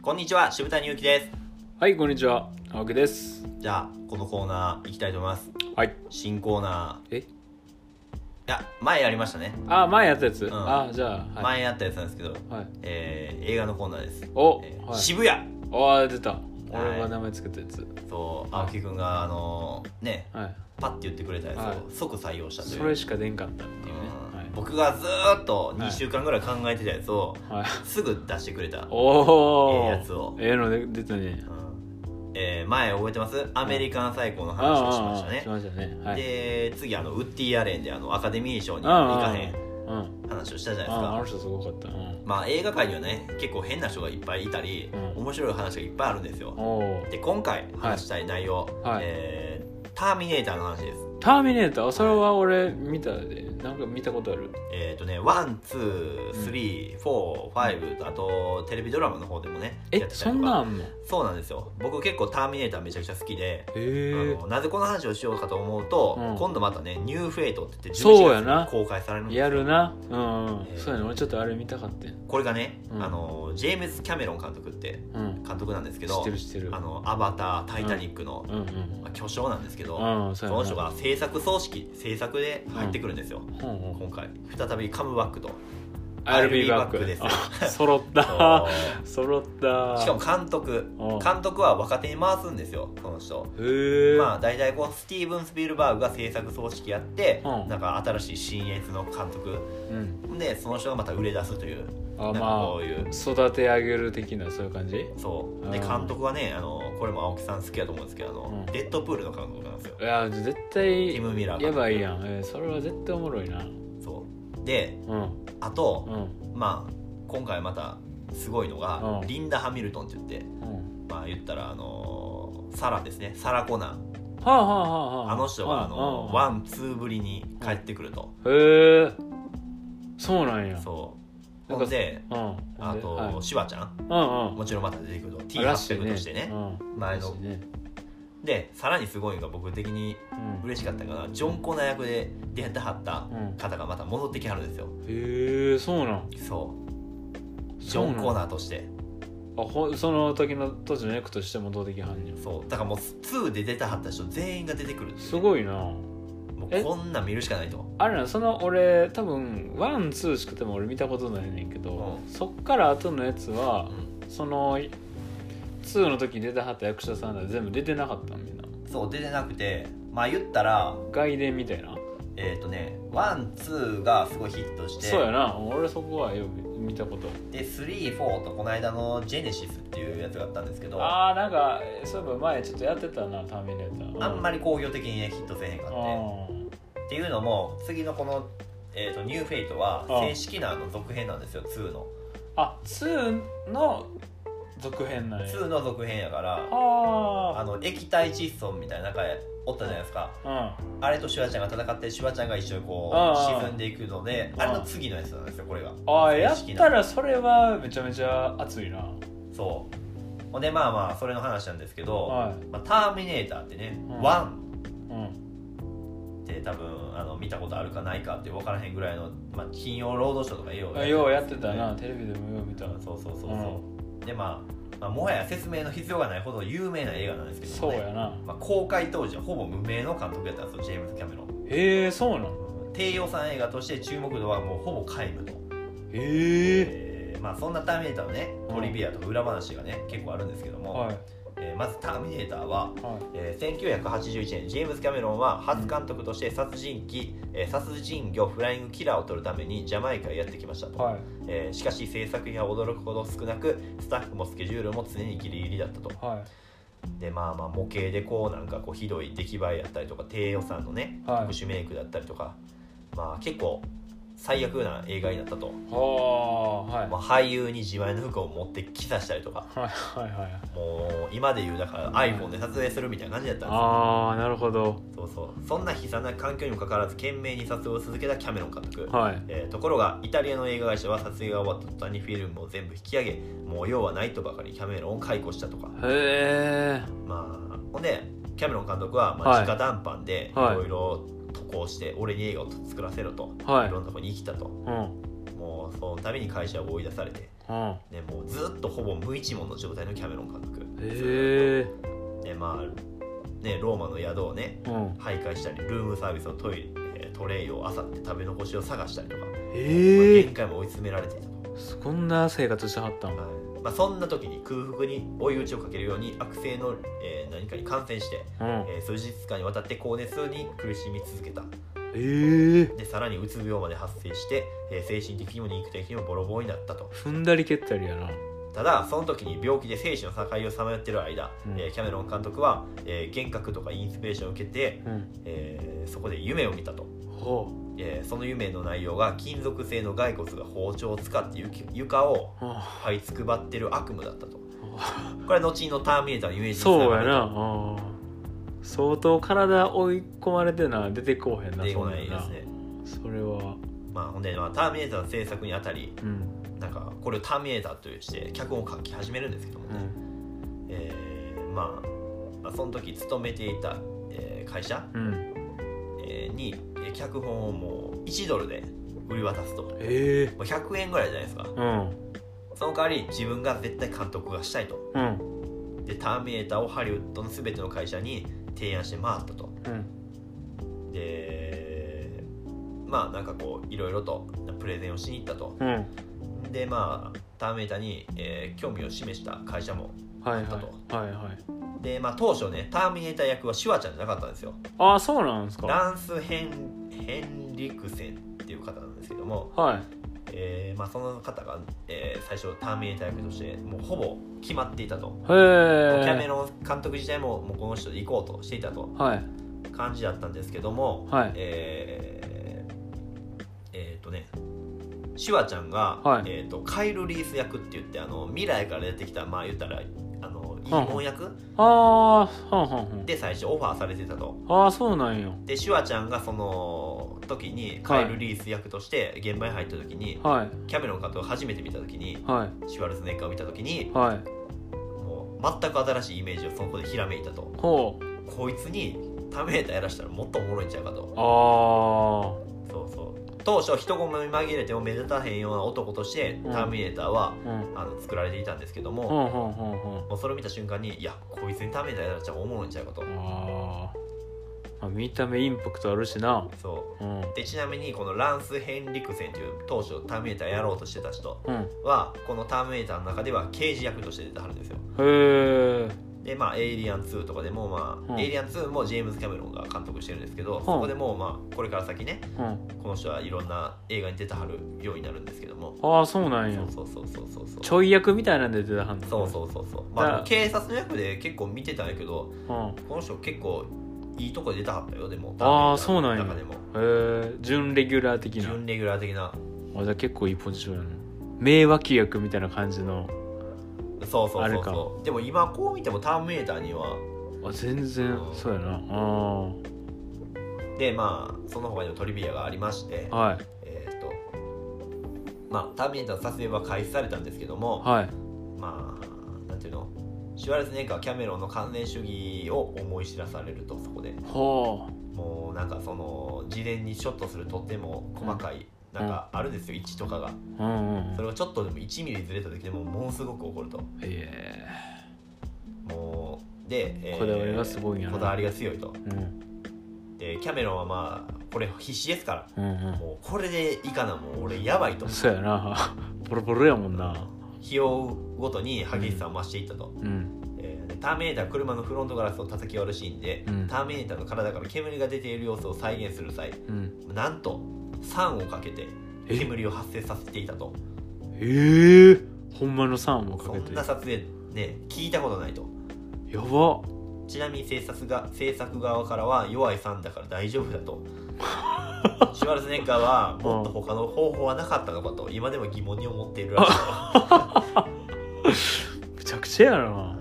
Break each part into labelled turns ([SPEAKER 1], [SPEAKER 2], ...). [SPEAKER 1] こんにちは渋谷祐樹です
[SPEAKER 2] はい、こんにちは。青木です。
[SPEAKER 1] じゃあこのコーナーいきたいと思います
[SPEAKER 2] はい。
[SPEAKER 1] 新コーナ
[SPEAKER 2] え
[SPEAKER 1] ーいや前やりましたね、
[SPEAKER 2] あ、前やったやつ。
[SPEAKER 1] ん
[SPEAKER 2] あ、じゃあ、はい。
[SPEAKER 1] 前やったやつなんですけど、
[SPEAKER 2] はい。
[SPEAKER 1] えー映画のコーナーです、
[SPEAKER 2] お、
[SPEAKER 1] えー
[SPEAKER 2] はい。
[SPEAKER 1] 渋谷
[SPEAKER 2] あー、出た。俺が名前つけたやつ。
[SPEAKER 1] そう青木くんがあのーね
[SPEAKER 2] はい。
[SPEAKER 1] パッて言ってくれたやつ
[SPEAKER 2] はい
[SPEAKER 1] を即採用したという、
[SPEAKER 2] それしか出んかったっていうね
[SPEAKER 1] うん。僕がずーっと2週間ぐらい考えてたやつを
[SPEAKER 2] はい。はい。
[SPEAKER 1] すぐ出してくれた、
[SPEAKER 2] お
[SPEAKER 1] ええや
[SPEAKER 2] ー。
[SPEAKER 1] つを
[SPEAKER 2] ええので出たね。
[SPEAKER 1] うんえー前覚えてますアメリカン最高の話をしま
[SPEAKER 2] あ
[SPEAKER 1] し
[SPEAKER 2] ー
[SPEAKER 1] た
[SPEAKER 2] あー、
[SPEAKER 1] ね
[SPEAKER 2] しましたね。はい。
[SPEAKER 1] で次あのウッディ・アレンであのアカデミー賞に
[SPEAKER 2] う
[SPEAKER 1] 行
[SPEAKER 2] んうん
[SPEAKER 1] かへん
[SPEAKER 2] うん。うん。
[SPEAKER 1] 話をしたじゃないです
[SPEAKER 2] あーあの
[SPEAKER 1] か
[SPEAKER 2] 人すごかった。うん。
[SPEAKER 1] まあ映画界にはね結構変な人がいっぱいいたり、
[SPEAKER 2] うん
[SPEAKER 1] 面白い話がいっぱいあるんですよ
[SPEAKER 2] おー。
[SPEAKER 1] で今回話したい内容、
[SPEAKER 2] はい
[SPEAKER 1] えーターミネーターの話です
[SPEAKER 2] ターミネーター、それは俺見たで。なんか見たことある。
[SPEAKER 1] えっ、とねワンツースリーフォーファイブとあとテレビドラマの方でもね
[SPEAKER 2] え
[SPEAKER 1] やっ、てた
[SPEAKER 2] そ
[SPEAKER 1] りと
[SPEAKER 2] ん
[SPEAKER 1] か
[SPEAKER 2] なんあんの
[SPEAKER 1] そうなんですよ僕結構ターミネーターめちゃくちゃ好きで、
[SPEAKER 2] え
[SPEAKER 1] あ
[SPEAKER 2] ー
[SPEAKER 1] のなぜこの話をしようかと思うと、
[SPEAKER 2] うん
[SPEAKER 1] 今度またねニューフェイトって言って
[SPEAKER 2] そうや
[SPEAKER 1] 11
[SPEAKER 2] な
[SPEAKER 1] 月に公開されるんですよ
[SPEAKER 2] やるな。うんうん
[SPEAKER 1] え。ー
[SPEAKER 2] そうやね。俺ちょっとあれ見たかったよ。
[SPEAKER 1] これがね、
[SPEAKER 2] うん
[SPEAKER 1] あのジェームズ・キャメロン監督って
[SPEAKER 2] うん。
[SPEAKER 1] 監督なんですけ
[SPEAKER 2] 知っ
[SPEAKER 1] ど
[SPEAKER 2] てる知ってる
[SPEAKER 1] あ。のアバター「タイタニックの」
[SPEAKER 2] うんうん
[SPEAKER 1] まあ巨匠なんですけど、
[SPEAKER 2] うん
[SPEAKER 1] そ
[SPEAKER 2] そうや
[SPEAKER 1] の
[SPEAKER 2] な
[SPEAKER 1] 人が制作葬式制作で入ってくるんですよ、
[SPEAKER 2] うんうん
[SPEAKER 1] 今回再びカムバッ クと
[SPEAKER 2] I'll
[SPEAKER 1] I'll be
[SPEAKER 2] be back
[SPEAKER 1] back ですよ
[SPEAKER 2] あ揃 った揃った
[SPEAKER 1] しかも監督
[SPEAKER 2] うん
[SPEAKER 1] 監督は若手に回すんですよこの人
[SPEAKER 2] へえ、
[SPEAKER 1] まあ大体こうスティーブン・スピルバーグが制作葬式やって、
[SPEAKER 2] うん
[SPEAKER 1] なんか新しい新越の監督
[SPEAKER 2] うん、
[SPEAKER 1] でその人がまた売れ出すという
[SPEAKER 2] あ
[SPEAKER 1] なんか
[SPEAKER 2] ま
[SPEAKER 1] こういう
[SPEAKER 2] あ育て上げる的なそういう感じ
[SPEAKER 1] そうで
[SPEAKER 2] うん
[SPEAKER 1] 監督はねあのこれも青木さん好きやと思うんですけどあの、
[SPEAKER 2] うん
[SPEAKER 1] デッドプールの監督なんですよ
[SPEAKER 2] いや絶
[SPEAKER 1] ティ
[SPEAKER 2] 対
[SPEAKER 1] ム・ミラーが
[SPEAKER 2] やばいやん、えーそれは絶対おもろいなう
[SPEAKER 1] そうで
[SPEAKER 2] ん
[SPEAKER 1] あと
[SPEAKER 2] う、ん
[SPEAKER 1] まあ今回またすごいのが、
[SPEAKER 2] うん
[SPEAKER 1] リンダ・ハミルトンって言って
[SPEAKER 2] うん
[SPEAKER 1] まあ言ったらあのーサラですねサラ・コナン
[SPEAKER 2] はあはあはあは
[SPEAKER 1] あの人があの
[SPEAKER 2] うん
[SPEAKER 1] ワンツーぶりに帰ってくると、
[SPEAKER 2] へえそうなんや
[SPEAKER 1] そう
[SPEAKER 2] なん
[SPEAKER 1] ほ
[SPEAKER 2] か
[SPEAKER 1] んで
[SPEAKER 2] うん
[SPEAKER 1] あ
[SPEAKER 2] で
[SPEAKER 1] と、
[SPEAKER 2] はい
[SPEAKER 1] シワちゃん
[SPEAKER 2] うんうん
[SPEAKER 1] もちろんまた出てくると
[SPEAKER 2] あらしい
[SPEAKER 1] T800 としてね
[SPEAKER 2] うん
[SPEAKER 1] 前
[SPEAKER 2] ら
[SPEAKER 1] の
[SPEAKER 2] しいね
[SPEAKER 1] でさらにすごいのが僕的に
[SPEAKER 2] うん
[SPEAKER 1] 嬉しかったのがジョン・コナー役で出会ってはった
[SPEAKER 2] うん
[SPEAKER 1] 方がまた戻ってきはるんですよ
[SPEAKER 2] へえそうなん
[SPEAKER 1] そうジ
[SPEAKER 2] そう
[SPEAKER 1] ョ
[SPEAKER 2] な
[SPEAKER 1] ン・
[SPEAKER 2] ん
[SPEAKER 1] コナーとして
[SPEAKER 2] あほその時の当時の役としてもどうできはんねん
[SPEAKER 1] そうだからもう2で出てはった人全員が出てくるっていうね
[SPEAKER 2] すごいな
[SPEAKER 1] もう
[SPEAKER 2] え
[SPEAKER 1] こんなん見るしかないと
[SPEAKER 2] あれなその俺多分ワンツーしか多分俺見たことないねんけど、
[SPEAKER 1] う
[SPEAKER 2] そっから後のやつは
[SPEAKER 1] う、ん
[SPEAKER 2] そのツーの時に出てはった役者さんら全部出てなかったんみんな
[SPEAKER 1] そう出てなくてまあ言ったら
[SPEAKER 2] 外伝みたいな
[SPEAKER 1] えっ、とねワンツーがすごいヒットして
[SPEAKER 2] そうやな俺そこはよく見たこと
[SPEAKER 1] で34とこの間のジェネシスっていうやつがあったんですけどあ
[SPEAKER 2] ああなんかえそういえば前ちょっとやってたなターミネーター
[SPEAKER 1] んまり工業的にねヒットせえへんか
[SPEAKER 2] あ
[SPEAKER 1] って
[SPEAKER 2] ー
[SPEAKER 1] っていうのも次のこの、えーと「ニューフェイト」は
[SPEAKER 2] あ
[SPEAKER 1] 正式なあの続編なんですよ2の
[SPEAKER 2] あツーの続編なんや
[SPEAKER 1] 2の続編やからあ
[SPEAKER 2] あ
[SPEAKER 1] の液体窒素みたいな中へおったじゃないですか
[SPEAKER 2] あ
[SPEAKER 1] あれとシュワちゃんが戦ってシュワちゃんが一緒にこ
[SPEAKER 2] あ
[SPEAKER 1] う
[SPEAKER 2] ー
[SPEAKER 1] 沈んでいくので
[SPEAKER 2] あ
[SPEAKER 1] あ
[SPEAKER 2] ー
[SPEAKER 1] れの次のやつなんですよこれが
[SPEAKER 2] ああや
[SPEAKER 1] 正
[SPEAKER 2] っ
[SPEAKER 1] 式な
[SPEAKER 2] たらそれはめちゃめちゃ熱いな
[SPEAKER 1] そうほんでまあまあそれの話なんですけど、
[SPEAKER 2] は
[SPEAKER 1] まあ、ターミネーターってね「
[SPEAKER 2] うん
[SPEAKER 1] ワン
[SPEAKER 2] い、うん、
[SPEAKER 1] って多分あの見たことあるかないかって分からへんぐらいの、まあ、金曜ロードショーとかよ
[SPEAKER 2] あようやってたな、テレビでもよう見た
[SPEAKER 1] そうそうそうそう、でまあ、まあもはや説明の必要がないほど有名な映画なんですけど
[SPEAKER 2] そ
[SPEAKER 1] も
[SPEAKER 2] う
[SPEAKER 1] ね
[SPEAKER 2] やな
[SPEAKER 1] まあ、公開当時はほぼ無名の監督やったんですよジェームズ・キャメロン
[SPEAKER 2] へえそうなの
[SPEAKER 1] 低予算映画として注目度はもうほぼ皆無と、
[SPEAKER 2] へえ
[SPEAKER 1] えーまあ、そんな「ターミネーター」のねトリビアとか裏話がね結構あるんですけども、
[SPEAKER 2] はい
[SPEAKER 1] えーまず「ターミネーター」は
[SPEAKER 2] はい
[SPEAKER 1] えー1981年ジェームズ・キャメロンは初監督として殺人鬼、えー殺人魚フライングキラーを取るためにジャマイカへやってきましたと、
[SPEAKER 2] はい
[SPEAKER 1] えーしかし制作費は驚くほど少なくスタッフもスケジュールも常にギリギリだったと
[SPEAKER 2] は
[SPEAKER 1] でまあまあ模型でこうなんかこうひどい出来栄えやったりとか低予算のね
[SPEAKER 2] いはい
[SPEAKER 1] 特殊メイクだったりとか、まあ結構最悪な映画になったと、
[SPEAKER 2] はあはい
[SPEAKER 1] まあ、俳優に自前の服を持って着さしたりとか
[SPEAKER 2] はいはいはい
[SPEAKER 1] もう今で言うだから iPhone で撮影するみたいな感じだったんですよ
[SPEAKER 2] ああなるほど
[SPEAKER 1] そうそうそんな悲惨な環境にもかかわらず懸命に撮影を続けたキャメロン監督、
[SPEAKER 2] はい
[SPEAKER 1] えーところがイタリアの映画会社は撮影が終わった途端にフィルムを全部引き上げもう用はないとばかりキャメロンを解雇したとか
[SPEAKER 2] へえ
[SPEAKER 1] まあほんでキャメロン監督は、まあ
[SPEAKER 2] はい
[SPEAKER 1] 直談判でい
[SPEAKER 2] はい
[SPEAKER 1] ろいろ渡航して俺に映画を作らせろと、、
[SPEAKER 2] はいい
[SPEAKER 1] ろんなとこに生きたと
[SPEAKER 2] うん
[SPEAKER 1] もまあそのために会社を追い出されて、
[SPEAKER 2] うん
[SPEAKER 1] ね、もうずっとほぼ無一文の状態のキャメロン監督
[SPEAKER 2] へ
[SPEAKER 1] ずっとねまあねローマの宿をね
[SPEAKER 2] えうん
[SPEAKER 1] 徘徊したりルームサービスのトイレえートレイを漁って食べ残しを探したりとか、
[SPEAKER 2] え
[SPEAKER 1] 限界も追い詰められていたと、
[SPEAKER 2] こんな生活してはったん
[SPEAKER 1] はいまあ、そんな時に空腹に追い打ちをかけるように悪性の、えー何かに感染して、
[SPEAKER 2] うん
[SPEAKER 1] えー数日間にわたって高熱に苦しみ続けた
[SPEAKER 2] ええ
[SPEAKER 1] でさらにうつ病まで発生して、えー精神的にも肉的にもボロボロになったと
[SPEAKER 2] 踏んだり蹴ったりやな
[SPEAKER 1] ただその時に病気で生死の境をさまよってる間、
[SPEAKER 2] うん
[SPEAKER 1] えーキャメロン監督は、えー幻覚とかインスピレーションを受けて、
[SPEAKER 2] うん
[SPEAKER 1] えーそこで夢を見たと、
[SPEAKER 2] ほ
[SPEAKER 1] えーその夢の内容が金属製の骸骨が包丁を使ってゆき床を
[SPEAKER 2] うあ
[SPEAKER 1] 這いつくばってる悪夢だったと
[SPEAKER 2] あ
[SPEAKER 1] これは後のターミネーターのイメージにつ
[SPEAKER 2] そう
[SPEAKER 1] が
[SPEAKER 2] や
[SPEAKER 1] る
[SPEAKER 2] なうん相当体追い込まれてな出てこうへんな
[SPEAKER 1] 出て
[SPEAKER 2] そ
[SPEAKER 1] こ
[SPEAKER 2] ん
[SPEAKER 1] なんいですね
[SPEAKER 2] それは
[SPEAKER 1] まあほんで、まあ、ターミネーターの制作にあたり
[SPEAKER 2] うん
[SPEAKER 1] なんかこれをターミネーターとして脚本を書き始めるんですけども
[SPEAKER 2] う
[SPEAKER 1] ね、
[SPEAKER 2] ん
[SPEAKER 1] えーまあ、まあその時勤めていた、えー会社、
[SPEAKER 2] うん
[SPEAKER 1] えーにえー脚本をもう1ドルで売り渡すとも
[SPEAKER 2] ええ
[SPEAKER 1] う100円ぐらいじゃないですか
[SPEAKER 2] うん
[SPEAKER 1] その代わり自分が絶対監督がしたいと
[SPEAKER 2] うん
[SPEAKER 1] でターミネーターをハリウッドの全ての会社に提案して回ったと
[SPEAKER 2] うん
[SPEAKER 1] でまあなんかこういろいろとプレゼンをしに行ったと
[SPEAKER 2] うん
[SPEAKER 1] でまあターミネーターに、えー興味を示した会社も
[SPEAKER 2] はい
[SPEAKER 1] あった
[SPEAKER 2] は
[SPEAKER 1] と
[SPEAKER 2] いはいはい
[SPEAKER 1] でまあ当初ねターミネーター役はシュワちゃんじゃなかったんですよ
[SPEAKER 2] ああそうなんですか
[SPEAKER 1] ランス・ヘンヘンリクセンっていう方なんですけども、
[SPEAKER 2] はい
[SPEAKER 1] えーまあ、その方が、えー最初ターミネーター役としてもうほぼ決まっていたと、
[SPEAKER 2] へえ
[SPEAKER 1] キャメロン監督自体ももうこの人で行こうとしていたと
[SPEAKER 2] はい
[SPEAKER 1] 感じだったんですけども
[SPEAKER 2] はい
[SPEAKER 1] えー、えーとねシュワちゃんが、
[SPEAKER 2] はい
[SPEAKER 1] えー、とカイル・リース役って言ってあの未来から出てきたまあ言ったらあのいい
[SPEAKER 2] はんはん
[SPEAKER 1] 翻訳
[SPEAKER 2] ああはんはんはん
[SPEAKER 1] で最初オファーされてたと
[SPEAKER 2] ああそうなんや
[SPEAKER 1] でシュワちゃんがその時にカイル・リース役として現場に入った時に、
[SPEAKER 2] はい
[SPEAKER 1] キャメロン監督を初めて見た時に
[SPEAKER 2] は
[SPEAKER 1] シュワルツェネッカーを見た時に
[SPEAKER 2] いはい
[SPEAKER 1] もう全く新しいイメージをそこでひらめいたと
[SPEAKER 2] ほう
[SPEAKER 1] こいつにターミネーターやらしたらもっとおもろいんちゃうかと
[SPEAKER 2] あ
[SPEAKER 1] そうそう当初人混みに紛れても目立たへんような男として
[SPEAKER 2] うん
[SPEAKER 1] ターミネーターは、
[SPEAKER 2] あうん
[SPEAKER 1] あの作られていたんですけど
[SPEAKER 2] ほ
[SPEAKER 1] も、
[SPEAKER 2] んほんほんほん
[SPEAKER 1] もうそれを見た瞬間にいやこいつにターミネーターやらしたらおもろいんちゃうかと、
[SPEAKER 2] あーまあ見た目インパクトあるしな
[SPEAKER 1] そ
[SPEAKER 2] うん
[SPEAKER 1] うでちなみにこのランス・ヘンリクセンという当初ターミネーターやろうとしてた人
[SPEAKER 2] うん
[SPEAKER 1] はこのターミネーターの中では刑事役として出てはるんですよ
[SPEAKER 2] へえ
[SPEAKER 1] でまあ「エイリアン2」とかでもまあ、
[SPEAKER 2] うん
[SPEAKER 1] エイリアン2」もジェームズ・キャメロンが監督してるんですけど、そこでもうまあこれから先ね
[SPEAKER 2] うん
[SPEAKER 1] この人はいろんな映画に出てはるようになるんですけども、
[SPEAKER 2] ああそうなんや
[SPEAKER 1] そうそうそうそうそう
[SPEAKER 2] ちょい役みたいなんで出てはんの
[SPEAKER 1] そうそうそうそうまあで
[SPEAKER 2] あ
[SPEAKER 1] も警察の役で結構見てたんやけど
[SPEAKER 2] うんへ
[SPEAKER 1] この人結構いいとこで出たはったよでも
[SPEAKER 2] あーそうなんや
[SPEAKER 1] 中でも
[SPEAKER 2] え準レギュラー的な
[SPEAKER 1] 準レギュラー的な
[SPEAKER 2] あじゃあ結構いいポジションやな名脇役みたいな感じの
[SPEAKER 1] そうそ
[SPEAKER 2] あ
[SPEAKER 1] うそ
[SPEAKER 2] れ
[SPEAKER 1] う
[SPEAKER 2] か
[SPEAKER 1] そうでも今こう見てもターミネーターには
[SPEAKER 2] あ全然
[SPEAKER 1] うん
[SPEAKER 2] そうやなあ
[SPEAKER 1] でまあその他にもトリビアがありまして
[SPEAKER 2] あはい
[SPEAKER 1] えっ、とまあターミネーターの撮影は開始されたんですけども、
[SPEAKER 2] はい
[SPEAKER 1] まあなんていうのシュワルツェネッガーキャメロンの完全主義を思い知らされるとそこで
[SPEAKER 2] ほ
[SPEAKER 1] もうなんかその事前にショットするとっても細かい、なんかあるんですよ位置とかが
[SPEAKER 2] ううんうん
[SPEAKER 1] そ
[SPEAKER 2] うん
[SPEAKER 1] れをちょっとでも1ミリずれた時でもものすごく怒ると
[SPEAKER 2] え
[SPEAKER 1] もうで、えー
[SPEAKER 2] こだわりがすごいんやな
[SPEAKER 1] こだわりが強いと
[SPEAKER 2] えうん
[SPEAKER 1] でキャメロンはまあこれ必死ですか
[SPEAKER 2] うん
[SPEAKER 1] らもうこれでいいかなもう俺やばいと
[SPEAKER 2] うんそうやな ボロボロやもんな
[SPEAKER 1] 日を追うごとに激しさを増していったと、
[SPEAKER 2] うん
[SPEAKER 1] えーターミネーターは車のフロントガラスを叩き割るシーンで、
[SPEAKER 2] うん
[SPEAKER 1] ターミネーターの体から煙が出ている様子を再現する際
[SPEAKER 2] うん
[SPEAKER 1] なんと酸をかけて
[SPEAKER 2] え
[SPEAKER 1] 煙を発生させていたと
[SPEAKER 2] ええほんまの3もか
[SPEAKER 1] そ
[SPEAKER 2] け
[SPEAKER 1] ん
[SPEAKER 2] て
[SPEAKER 1] な撮影ね聞いたことないと
[SPEAKER 2] やば
[SPEAKER 1] ちなみに制作が制作側からは弱い酸だから大丈夫だ とシュワルツェネッガーはもっと他の方法はなかったのかと今でも疑問に思っているらしい
[SPEAKER 2] むちゃくちゃやな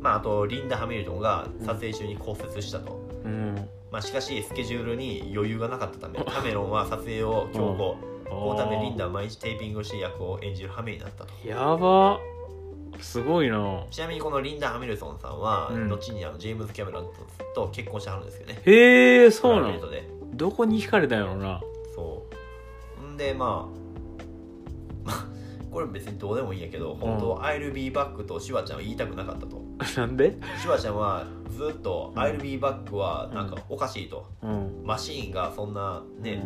[SPEAKER 1] まああとリンダ・ハミルトンが撮影中に骨折したと、
[SPEAKER 2] うん
[SPEAKER 1] まあ、しかしスケジュールに余裕がなかったためキャメロンは撮影を強行このためリンダは毎日テーピングをして役を演じる羽目になったと
[SPEAKER 2] やばすごいな
[SPEAKER 1] ちなみにこのリンダ・ハミルソンさんは、
[SPEAKER 2] うん
[SPEAKER 1] 後にあのジェームズ・キャメロンと結婚してはるんですよね
[SPEAKER 2] へえそうな
[SPEAKER 1] プライベート
[SPEAKER 2] の
[SPEAKER 1] で
[SPEAKER 2] どこに惹かれたんやろな
[SPEAKER 1] そうんでまあ これ別にどうでもいいんやけど本当、I'll be back とシュワちゃんは言いたくなかったと
[SPEAKER 2] なんで
[SPEAKER 1] シュワちゃんはずっと
[SPEAKER 2] うん
[SPEAKER 1] I'll be back はなん
[SPEAKER 2] う
[SPEAKER 1] か
[SPEAKER 2] ん
[SPEAKER 1] おかしいと、
[SPEAKER 2] うん
[SPEAKER 1] マシーンがそんなね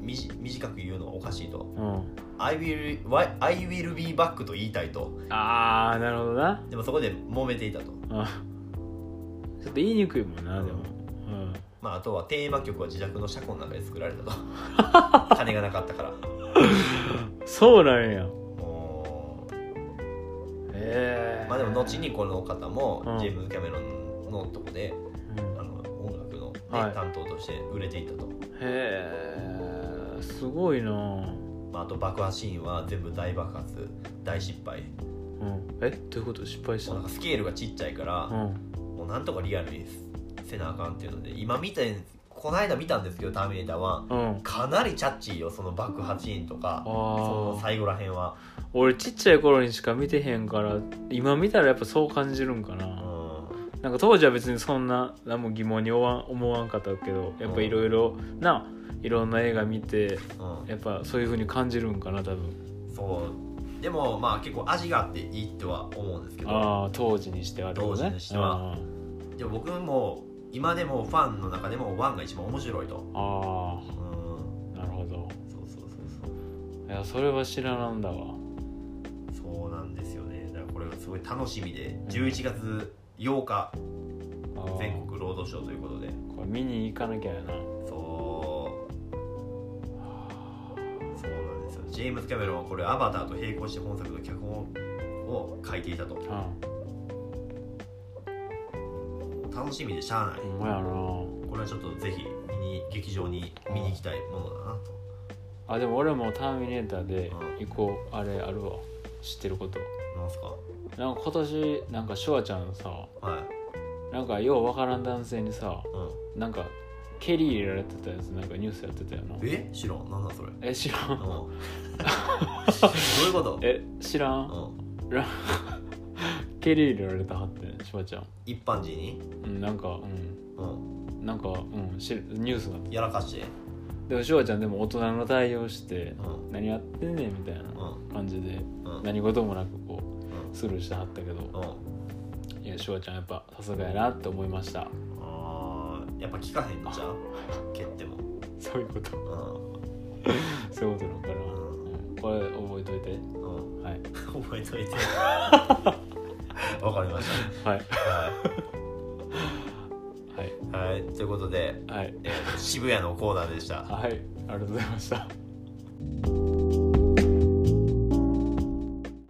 [SPEAKER 2] う、ん
[SPEAKER 1] みじ短く言うのはおかしいと
[SPEAKER 2] うん
[SPEAKER 1] I will, why- I will be back と言いたいと
[SPEAKER 2] ああなるほどな
[SPEAKER 1] でもそこで揉めていたと、
[SPEAKER 2] うんちょっと言いにくいもんなでもうん
[SPEAKER 1] まあ、あとはテーマ曲は自宅の車庫の中で作られ たと金がなかったから
[SPEAKER 2] そうなんや
[SPEAKER 1] もう
[SPEAKER 2] ええ
[SPEAKER 1] まあでも後にこの方も
[SPEAKER 2] うん
[SPEAKER 1] ジェームズ・キャメロンのとこで、
[SPEAKER 2] うん
[SPEAKER 1] あの音楽の、ね
[SPEAKER 2] はい
[SPEAKER 1] 担当として売れていったと、
[SPEAKER 2] へえすごいな
[SPEAKER 1] まあ、あと爆破シーンは全部大爆発大失敗
[SPEAKER 2] うんえどういうこと失敗し
[SPEAKER 1] も
[SPEAKER 2] た
[SPEAKER 1] うなん
[SPEAKER 2] の
[SPEAKER 1] かスケールがちっちゃいから、
[SPEAKER 2] うん
[SPEAKER 1] もうなんとかリアルにせなあかんっていうので今見てこの間見たんですけど「ターミネーターは
[SPEAKER 2] うん
[SPEAKER 1] かなりチャッチーよその爆破シーンとか
[SPEAKER 2] あ
[SPEAKER 1] その
[SPEAKER 2] ー
[SPEAKER 1] 最後らへんは
[SPEAKER 2] 俺ちっちゃい頃にしか見てへんから今見たらやっぱそう感じるんか
[SPEAKER 1] う
[SPEAKER 2] な、
[SPEAKER 1] ん
[SPEAKER 2] なんか当時は別にそんな何も疑問に思わん思わんかったけどやっぱいろいろないろんな映画見て
[SPEAKER 1] うん
[SPEAKER 2] やっぱそういう風に感じるんかな多分
[SPEAKER 1] そうでもまあ結構味があっていいとは思うんですけど
[SPEAKER 2] ああ当時にしてはってこと
[SPEAKER 1] 当時にしては
[SPEAKER 2] あー
[SPEAKER 1] でも僕も今でもファンの中でもワンが一番面白いと
[SPEAKER 2] あ
[SPEAKER 1] うん
[SPEAKER 2] ーなるほど
[SPEAKER 1] そうそうそう
[SPEAKER 2] いやそれは知らなんだわ
[SPEAKER 1] そうそうなんですよねだからこれがすごい楽しみで11月8日
[SPEAKER 2] あー
[SPEAKER 1] 全国ロードショーということで
[SPEAKER 2] これ見に行かなきゃやな
[SPEAKER 1] そうそうなんですよジェームズ・キャメロンはこれ「アバター」と並行して本作の脚本を書いていたと
[SPEAKER 2] あ
[SPEAKER 1] 楽しみでしゃあない
[SPEAKER 2] ほんまやな
[SPEAKER 1] これはちょっとぜひ見に劇場に見に行きたいものだなと
[SPEAKER 2] あでも俺も「ターミネーター」で行こうあれあるわ知ってること
[SPEAKER 1] なんすか
[SPEAKER 2] なんか今年なんかシュワちゃんさ
[SPEAKER 1] はい
[SPEAKER 2] なんかようわからん男性にさ
[SPEAKER 1] う
[SPEAKER 2] なんか蹴り入れられてたやつなんかニュースやってたよなん
[SPEAKER 1] え知らんなんだそれうん
[SPEAKER 2] え知らん
[SPEAKER 1] どういうこと
[SPEAKER 2] え知らん
[SPEAKER 1] うん
[SPEAKER 2] 蹴り入れられたはってシュワちゃん
[SPEAKER 1] 一般人に
[SPEAKER 2] うんなんかうん
[SPEAKER 1] うん
[SPEAKER 2] なんかうんしニュースなって
[SPEAKER 1] やらかして
[SPEAKER 2] でもシュワちゃんでも大人の対応して
[SPEAKER 1] うん
[SPEAKER 2] 何やってんねんみたいな
[SPEAKER 1] うん
[SPEAKER 2] 感じで
[SPEAKER 1] うん
[SPEAKER 2] 何事もなくこ
[SPEAKER 1] うん
[SPEAKER 2] うスルーしてはったけど
[SPEAKER 1] うん
[SPEAKER 2] いやシュワちゃんやっぱさすがやなって思いました
[SPEAKER 1] あーやっぱ聞かへんのじゃう蹴っても
[SPEAKER 2] そういうこと
[SPEAKER 1] う
[SPEAKER 2] そういうことなのかな、
[SPEAKER 1] うん
[SPEAKER 2] うんこれ覚えといて
[SPEAKER 1] んうん
[SPEAKER 2] はい
[SPEAKER 1] 覚えと いてわかりまし
[SPEAKER 2] はい
[SPEAKER 1] たは
[SPEAKER 2] はい
[SPEAKER 1] い、はい、ということで、
[SPEAKER 2] はい
[SPEAKER 1] えー渋谷のコーナーでした
[SPEAKER 2] はいありがとうございました